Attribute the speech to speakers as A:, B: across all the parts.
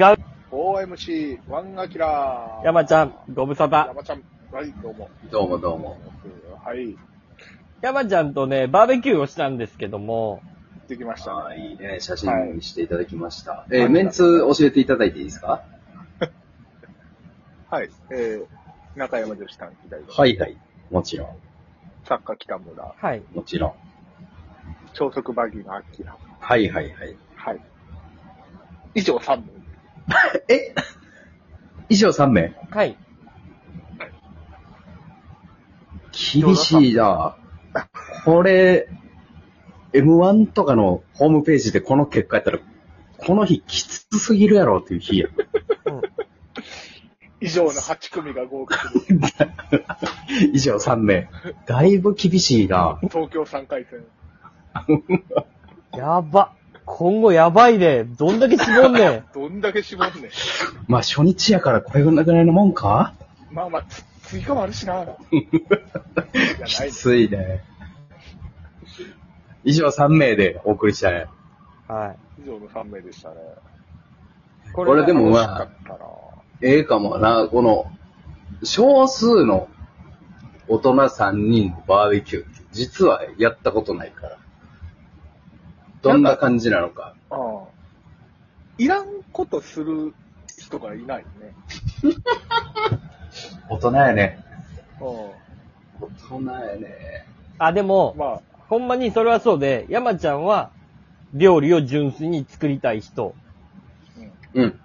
A: 違う。
B: OMC、ワンアキラー。
A: 山ちゃん、ご無沙汰。
B: 山ちゃん。はい、どうも。
C: どうもどうも。
B: はい、
A: 山ちゃんとね、バーベキューをしたんですけども、
B: できました
C: ああ、
B: ね。
C: いいね。写
B: はい
C: 真にしていただきました。えーメンツ教えていただいていいですか
B: はい。えー、中山女子短期大学、
C: はいはい。もちろん。
B: 作家北村、
A: はい。
C: もちろん。
B: 超速バギーのアキラ。
C: はいはいはい。
B: はい。以上3名。
C: え以上3名。
A: はい。
C: 厳しいな。これ、M1 とかのホームページでこの結果やったら、この日きつすぎるやろっていう日 や。
B: 以上の8組が合格で
C: 以上3名。だいぶ厳しいな。
B: 東京3回戦。
A: やば。今後やばいね。どんだけ絞んねん。
B: どんだけ絞んねん。
C: まあ初日やからこれぐらいのもんか
B: まあまあ、つ追加もあるしな。じゃない
C: きついね。以上3名でお送りしたね。
A: はい。
B: 以上の3名でしたね。
A: こ
C: これでもま
B: 楽
C: あ
B: しかったな
C: ええかもな、この、少数の大人3人のバーベキューって、実はやったことないから。どんな感じなのか。
B: ああ。いらんことする人がいないね。
C: 大人やね。
B: う
C: 大人やね。
A: あ、でも
B: ん。、まあ、
A: ほんまにそれはそうで、山ちゃんは、料理を純粋に作りたい人。
C: うん。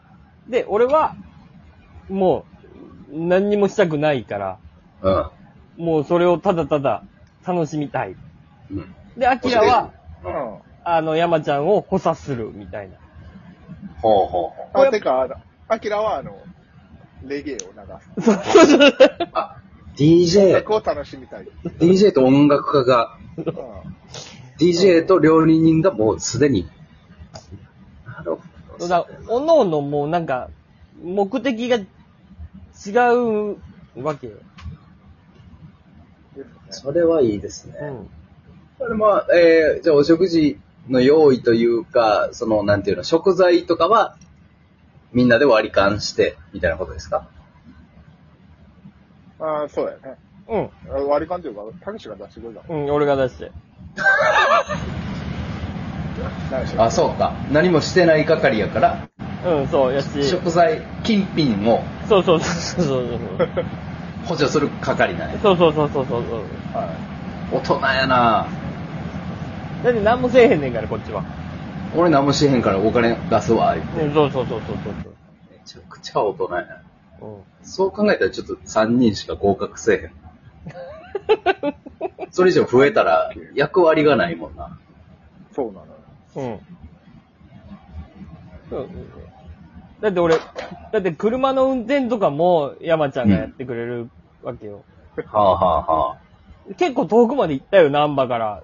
A: で、俺は、もう、何にもしたくないから、
C: うん。
A: もうそれをただただ楽しみたい。
C: うん。
A: で、アキラは、
C: う。
B: うんん。
A: あの、山ちゃんを補佐する、みたいな。
C: ほうほうほう。
B: あ、てか、あのアキラは、あの、レゲエを流す。
A: そうそうそう。
C: あ、
B: 音
C: DJ
B: 楽、を楽しみたい。うん
C: DJ と音楽家が、DJ と料理人がもうすでに。なるほ
A: そうだ、おのおのもうなんか、目的が違うわけよ。
B: ですね
C: それはいいですね。
A: うん。
C: これまあ、えー、じゃあお食事の用意というか、その、なんていうの、食材とかは、みんなで割り勘して、みたいなことですか
B: ああ、そうだよね。
A: うん。
B: あ割り勘というか、タクシーが出してくれたも
A: うん、俺が出して。
B: ん。何し ろ
C: あ、そうか。何もしてない係やから、
A: うん、そう、やし。
C: 食材、金品を
A: そうそうそうそうそうそう。
C: 補助する係なんや。
A: そうそうそうそうそうそう。
B: は
C: 大人やな
A: だって何もせえへんねんから、こっちは。
C: 俺何もしてへんからお金出すわ、言うて
A: うん、そうそうそうそうそう
C: めちゃくちゃ大人やな。
A: そう。
C: そう考えたらちょっと3人しか合格せえへん。それ以上増えたら役割がないもんな。
B: い。そうなのよ。
A: うん。うん。そうだって俺、だって車の運転とかも山ちゃんがやってくれるわけよ。
C: はあはあはあ。
A: 結構遠くまで行ったよ、難波から。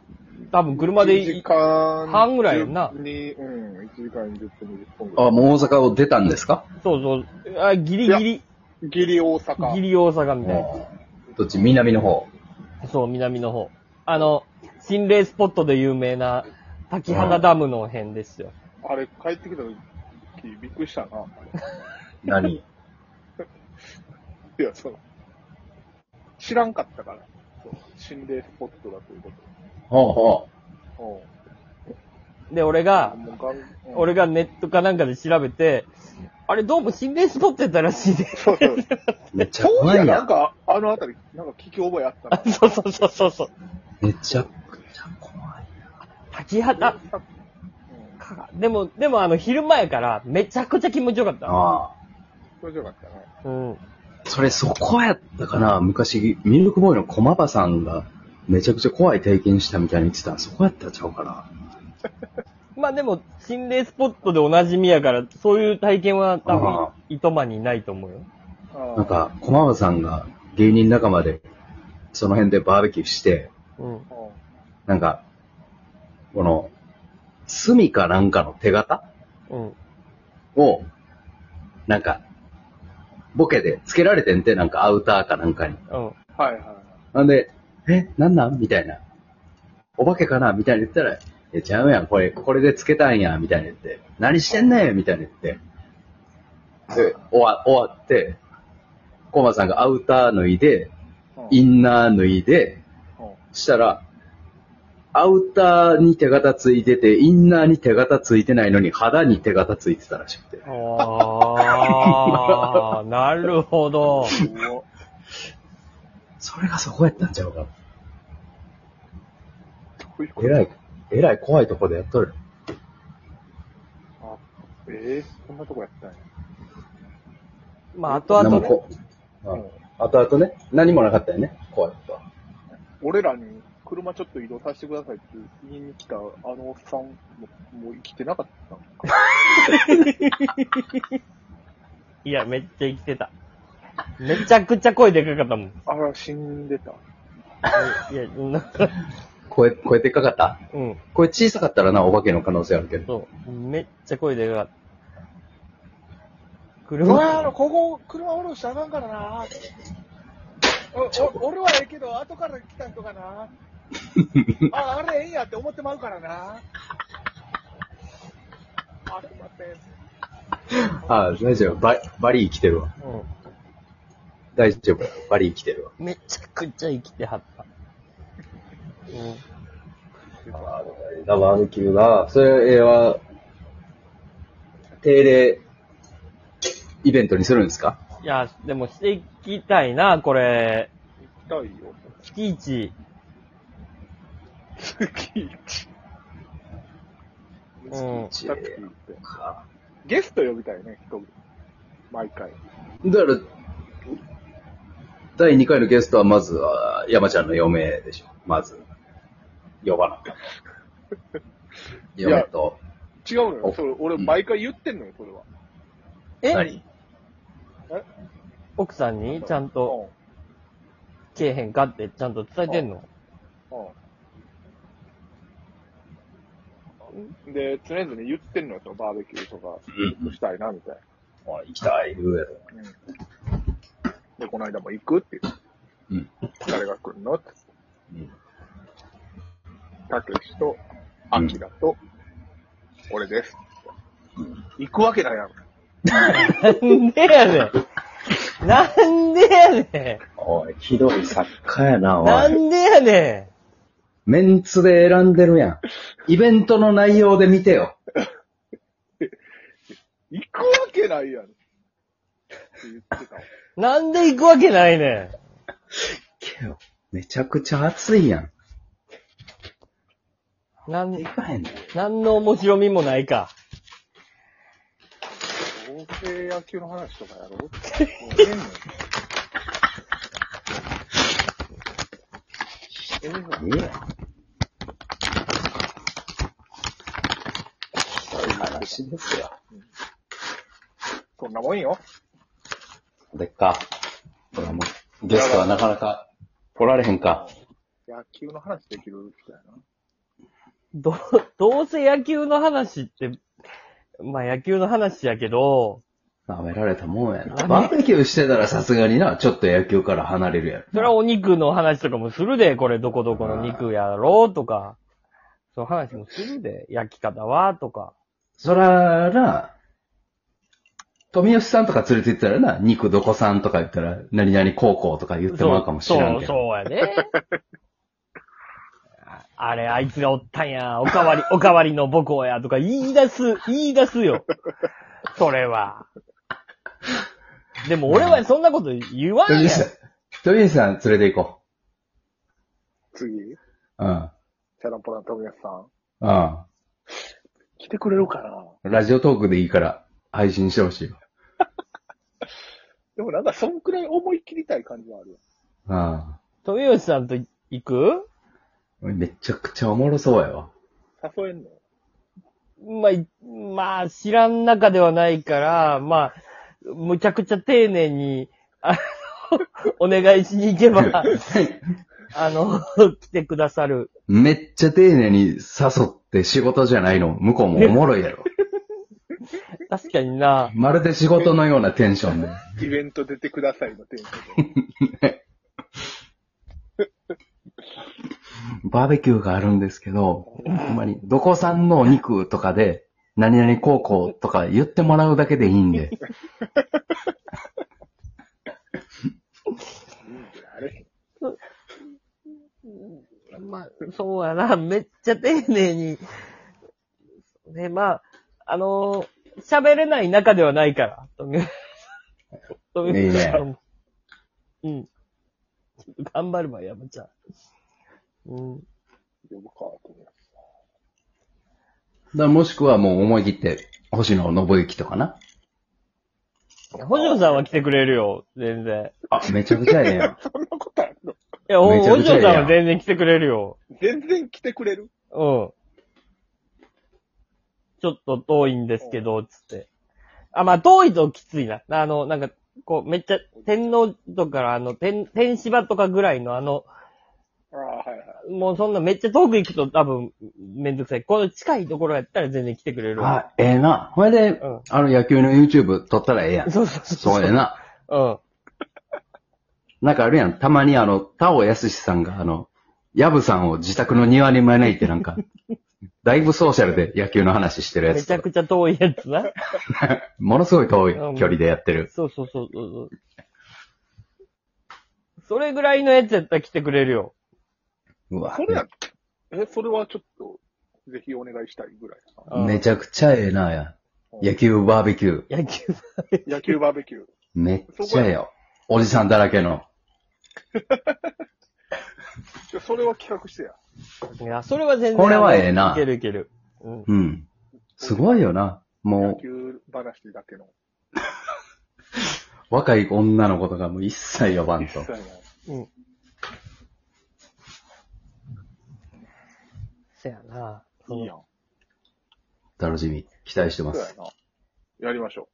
A: 多分車で
B: 1時
A: い
B: 間
A: 半ぐらいやんな
B: に、うん、1時間20分、20分ぐら
C: あ、もう大阪を出たんですか
A: そうそう。あ、ギリギリ、
B: い。ギリ大阪。
A: ギリ大阪みたいな。
C: どっち南の方。
A: そう、南の方。あの、心霊スポットで有名な、滝原ダムの辺ですよ。
B: あれ、帰ってきた時、びっくりしたな。
C: 何
B: いや、そう。知らんかったから。そう心霊スポットだというこ
C: ほうほ
B: と。うん
A: で、俺が、
B: もうガンうん
A: 俺がネットかなんかで調べて、あれどうも心霊スポットやったらしいで。
B: そうそう。
C: う。めっちゃ
B: 当
C: 怖
B: 時はいなん
C: な。
B: か、あのあたり、なんか聞き覚えあった
A: あ
B: な。
A: そうそうそうそうそう。
C: めちゃくちゃ怖い。
A: 滝原、
B: うん
A: かでも、でもあの、昼前からめちゃくちゃ気持ちよかった。
C: あ
B: それじゃなかったね。
A: うん。
C: あ。それそこやったかな昔、ミルクボーイの駒場さんがめちゃくちゃ怖い体験したみたいに言ってたそこやったんちゃうかな。
A: まあでも、心霊スポットでおなじみやから、そういう体験は多分
C: あ、
A: 糸満にないと思うよ。
B: あ
C: なんか、駒場さんが芸人仲間で、その辺でバーベキューして、
A: うん。
B: あ、
C: なんか、この、炭かなんかの手形
A: うん。
C: を、なんか、ボケでつけられてんて、なんかアウターかなんかに。
A: うん。
B: はいはいはい。
C: なんで、え、なんなんみたいな。お化けかなみたいに言ったら、え、ちゃうやん、これ、これでつけたんや、みたいに言って。何してんねんみたいに言って。で、終わ、終わって、コマさんがアウター脱いで、
B: うん
C: インナー脱いで、
B: うん
C: したら、アウターに手形ついてて、インナーに手形ついてないのに、肌に手形ついてたらしくて。
A: あ あ、なるほど。
B: うわ
C: それがそこやったんちゃうか。
B: どういうこ
C: え
B: と
C: らい、えらい怖いとこでやっとる。
B: あええそんなとこやったんや。
A: まあ、後々
C: 何
A: ね。
C: もこううん後々ね、何もなかったよね、怖いことは。
B: 俺らに車ちょっと移動させてくださいって言いに来たあのおっさんももう生きてなかったのか。
A: いや、めっちゃ生きてた。めちゃくちゃ声でかか ったもん。
B: あら、死んでた。
A: いや、うん
C: 声、声でっかかった
A: うん、
C: 声小さかったらな、お化けの可能性あるけど。
A: そう。めっちゃ声でかかった。
B: うわあ、
A: 車、
B: ここ、車降ろしたらあかんからな。おお俺はええけど、後から来たんとか な。あ、あれええんやって思ってまうからな。あ、すいません。
C: ああ、大丈夫。バリ、バリ生きてるわ。
A: う
C: 大丈夫。バリ生きてるわ。
A: ん、めちゃくちゃ生きてはった。うん
C: ああ、だバーベキューが、それは、定例イベントにするんですか
A: いや、でもしていきたいな、これ。
B: 痛いよ。
A: 月一。
B: 月一。
A: うん。
C: 月
B: さっき言って。ゲスト呼びたいね、人々毎回。
C: だから、第2回のゲストはまずは、山ちゃんの嫁でしょ。まず、呼ばなかった。
B: や
C: 嫁と、
B: 違うのよ。
C: お
B: それ、俺、毎回言ってんのよ、それは。
A: え
C: 何
A: 奥さんにちゃんと
B: うん。
A: けえへんかってちゃんと伝えてんの
B: うん。で、常々言ってんのよ、そのバーベキューとか
C: うん
B: したいな、みたい
C: おい行きたい、言うやろ。
B: な。で、この間も行くって言う。
C: うん。
B: 誰が来るのって。
C: うん
B: たけしと、あきらと、俺です。行くわけないやろ。
A: なんでやねん。なんでやね
C: おい、ひどい作家やな、
A: ん。
C: お。
A: ないんでやね
C: メンツで選んでるやん。イベントの内容で見てよ。
B: 行くわけないやろ。って言ってたわ。
A: ん。なんで行くわけないね
C: けどめちゃくちゃ熱いやん。
A: ん。なん、
C: いかへんねん。
A: なんの面白みもないか。
B: どうせ野球の話とかやろ うって言ってんのよ。ええのに
C: いい話ですよ。
B: そんなもんよ。
C: でっか。これはもう、ゲストはなかなか来られへんか。
B: 野球の話できるみたいな。
A: ど、どうせ野球の話って、まあ野球の話やけど、
C: 舐められたもんやな。バーベキューしてたらさすがにな、ちょっと野球から離れるやろ。
A: それはお肉の話とかもするで、これどこどこの肉やろうとか、そう話もするで、焼き方はとか。
C: そらな、富吉さんとか連れて行ったらな、肉どこさんとか言ったら、何々高校とか言ってもらうかもしれんけ
A: そう、
C: ど。
A: そうやね。あ あれ、あいつがおったんや、おかわり、お かわりの母校や、とか言い出す、言い出すよ。それは。でも俺はそんなこと言 わん
C: 富
A: やん
C: 吉。さん、富吉さん連れて行こ
B: 次、チ
C: う。うん。
B: ャランポラン富安さん。
C: うん。
B: 来てくれるかな
C: ラジオトークでいいから配信してほしいよ。
B: でもなんか、そんくらい思い切りたい感じはあるよ。
C: あ
A: 富吉さんと行く
C: あ。めちゃくちゃおもろそうやわ。
B: 誘えんのよ
A: まあい、まあ、知らん中ではないから、まあ、むちゃくちゃ丁寧に、あの、 お願いしに行けば、あの、来てくださる。
C: めっちゃ丁寧に誘って仕事じゃないの。向こうもおもろいやろ。
A: 確かにな。
C: まるで仕事のようなテンションで。
B: イベント出てくださいのテンションで。
C: バーベキューがあるんですけど、ほんまに、どこさんのお肉とかで、何々高校とか言ってもらうだけでいいんで。
B: あれ
A: まあ、そうやな。めっちゃ丁寧に。ね、まあ、あのー喋れない中ではないから。とにとに
C: いいね
A: あのうん。ちょっと頑張るわ、山ちゃん。うん。
B: 呼ぶか、と思う
C: だもしくはもう思い切って、星野信之とかな。
A: 星野さんは来てくれるよ、全然。
C: あ、めちゃくちゃえ えやん。
B: そんなことあるの
A: いや、お
C: めちゃ
A: 星野
C: くちゃ
A: さ
C: ええ
A: ん
C: やん
A: は全然来てくれるよ。
B: 全然来てくれる
A: うん。ちょっと遠いんですけど、つって。あ、まあ、遠いときついな。あの、なんか、こう、めっちゃ、天皇とかの、あの、天、天芝とかぐらいの、あの、
B: ああ、はいはい。
A: もうそんなめっちゃ遠く行くと多分、めんどくさい。この近いところやったら全然来てくれるわ。
C: あ、ええな。これで
A: うん、
C: あの野球の YouTube 撮ったらええやん。
A: そうそうそう。
C: そうや。な。
A: うん。
C: なんかあるやん。たまにあの、田尾康さんがあの、ヤブさんを自宅の庭に招いて なんか、だいぶソーシャルで野球の話してるや
A: め
C: つ
A: ち。ゃくちゃ遠いやつな。
C: ものすごい遠い距離でやってる。
A: そうそうそうそうそう。それぐらいのやつやったら来てくれるよ。
C: うわ
B: それや、え、それはちょっと、ぜひお願いしたいぐらい だ
A: うん
C: めちゃくちゃええなや。野球バーベキュー。
A: 野球。
B: な。野球バーベキュー。
C: めっちゃええよ。おじさんだらけの。
B: じゃそれは企画してや。
A: いや、それは全然。
C: これはええない
A: けるいける。うん。
C: うん。すごいよな。
B: 野
C: も
B: 球話だけの。
C: う、若い女の子とかも一切呼ばんと
B: そう。やな
A: うん。せやな。
B: いいやん。
C: 楽しみ。期待してま
B: そうや
C: す。
B: な。やりましょ